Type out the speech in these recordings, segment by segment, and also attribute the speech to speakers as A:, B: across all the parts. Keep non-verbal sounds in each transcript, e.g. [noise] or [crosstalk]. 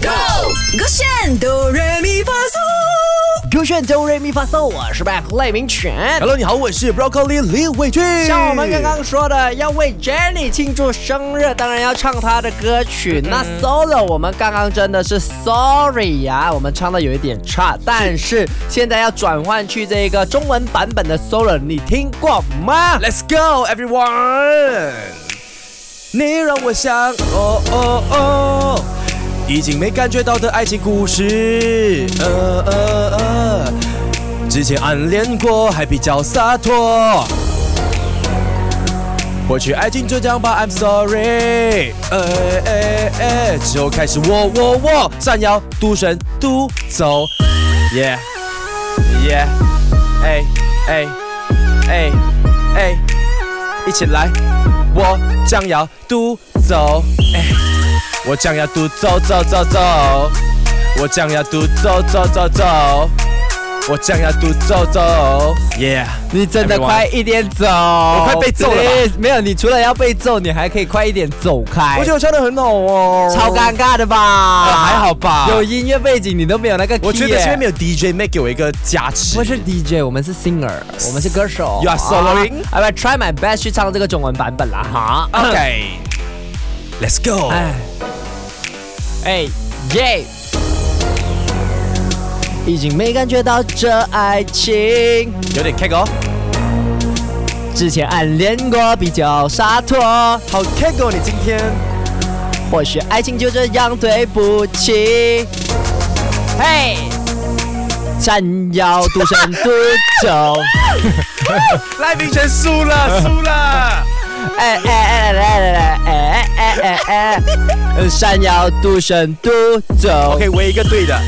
A: Go，勾选哆来咪发嗦，
B: 勾选哆瑞咪发嗦，我是 Back 赖明全。
C: Hello，你好，我是 Broccoli 李伟俊。
B: 像我们刚刚说的，要为 Jenny 庆祝生日，当然要唱她的歌曲。那 solo 我们刚刚真的是 sorry 呀、我们唱的有一点差，但是现在要转换去这个中文版本的 solo，你听过吗？
C: ，Let's go everyone。你让我想，哦哦哦，已经没感觉到的爱情故事。呃呃呃，之前暗恋过，还比较洒脱。或许爱情就这样吧，I'm sorry。哎哎哎，之后开始我我我闪耀独身独走，Yeah Yeah，哎哎哎哎，一起来，我将要独走，哎，我将要独走走走走，我将要独走走走走，我将要独走走，Yeah，
B: 你真的
C: everyone
B: 快一点走！我
C: 快被揍了吧
B: 没有，你除了要被揍，你还可以快一点走开。
C: 我觉得我唱的很好哦，
B: 超尴尬的吧？
C: 还好吧
B: 有音乐背景，你都没有那个 key 耶。
C: 我觉得是因为没有 DJ Mac 给我一个加持。
B: 不是 DJ，我们是 singer，我们是歌手。啊
C: You are soloing？
B: I will try my best 去唱这个中文版本啦哈。
C: ，OK，Let's go。
B: 哎，哎耶！已经没感觉到这爱情，
C: 有点 kick 哦，
B: 之前暗恋过比较洒脱，
C: 好 kick 哦，你今天
B: 或许爱情就这样对不起。嘿，站腰独身独走。
C: 赖明全输了，输了。
B: 哎哎哎哎哎哎哎哎哎！山摇独身独走
C: OK，唯一一个对的，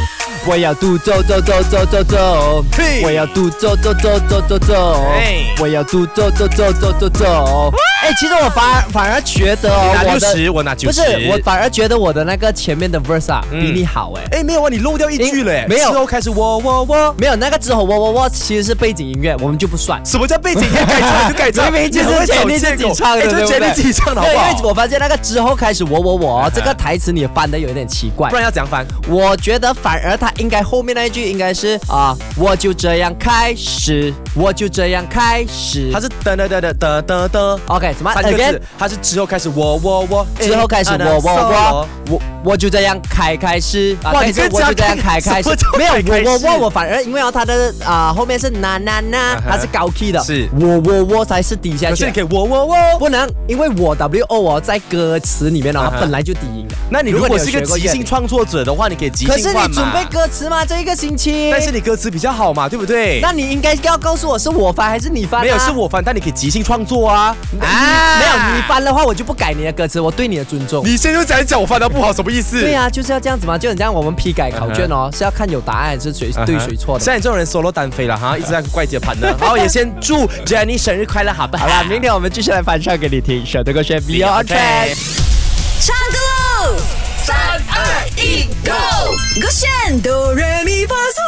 B: 我要独走走走走走走，
C: 嘿
B: 我要独走走走走走走
C: 嘿，
B: 我要独走走走走走走。哎，其实我反反而觉得哦，
C: 拿
B: 我
C: 六
B: 的
C: 十，我拿九
B: 不
C: 十。
B: 是，我反而觉得我的那个前面的 verse 啊，
C: 嗯
B: 比你好哎。
C: 哎，没有啊，你漏掉一句嘞
B: 诶。没有
C: 之后开始我我我，
B: 没有那个之后，我我我其实是背景音乐，我们就不算。
C: 什么叫背景音乐改唱就改唱？
B: [laughs] 明明就是
C: 你很会找
B: Jenny
C: 借
B: 自己
C: 口
B: 唱的
C: 诶
B: 对
C: 就是
B: 不对
C: Jenny 自己唱的好
B: 对，
C: 不
B: 因为
C: 好？
B: 我发现那个之后开始我
C: [laughs]
B: 我我这个台词你翻的有点奇怪
C: 不。然要怎样翻？
B: 我觉得反而他应该后面那一句应该是啊，我就这样开始，我就这样开始。
C: 它是噔噔噔噔噔噔噔。
B: OK 什么
C: 三个
B: again？哎
C: 字，它是之后开始我我我，
B: 之后开始
C: 诶
B: 我我
C: 啊
B: 我我我就这样开开始，啊
C: 哇
B: 开
C: 你
B: 始
C: 跟
B: 我就
C: 家
B: 这样
C: 庭
B: 开
C: 什
B: 开始
C: 么叫，
B: 没有
C: 开开
B: 我我
C: 始
B: 我我反而因为哦他的啊后面是呐呐呐
C: 啊，哈
B: 他是高 key 的，
C: 是
B: 我我我才是底下
C: 哎可
B: 去
C: 是你
B: 的
C: 可。以我我我。
B: 不能，因为我 W O 哦，在歌词里面哦，
C: 啊
B: 它
C: 哈
B: 本来就低音的。
C: 那你如果是一个即
B: 即
C: 兴创作者的话，你可以即兴
B: 可是
C: 换
B: 你
C: 嘛
B: 准备，歌词吗？这一个星期，
C: 但是你歌词比较好嘛，对不对？
B: 那你应该要告诉我是我翻还是你翻、啊？
C: 没有是我翻，但你可以即兴创作啊。
B: 啊，没有你翻的话，我就不改你的歌词，我对你的尊重。
C: 你先就讲讲我翻的不好，什么意思？
B: 对呀、就是要这样子嘛，就很像我们批改考卷哦，是要看有答案还是谁
C: 嗯哼。
B: 对谁错的。
C: 像你这种人 solo 单飞了哈，一直在怪接盘的。好，也先祝 Jenny 生日快乐，好不好？
B: [laughs] 好啦，明天我们继续来翻唱给你听，首的歌选 Beyond Trend。
A: 唱歌喽！三二一，Go，勾选哆来咪发嗦。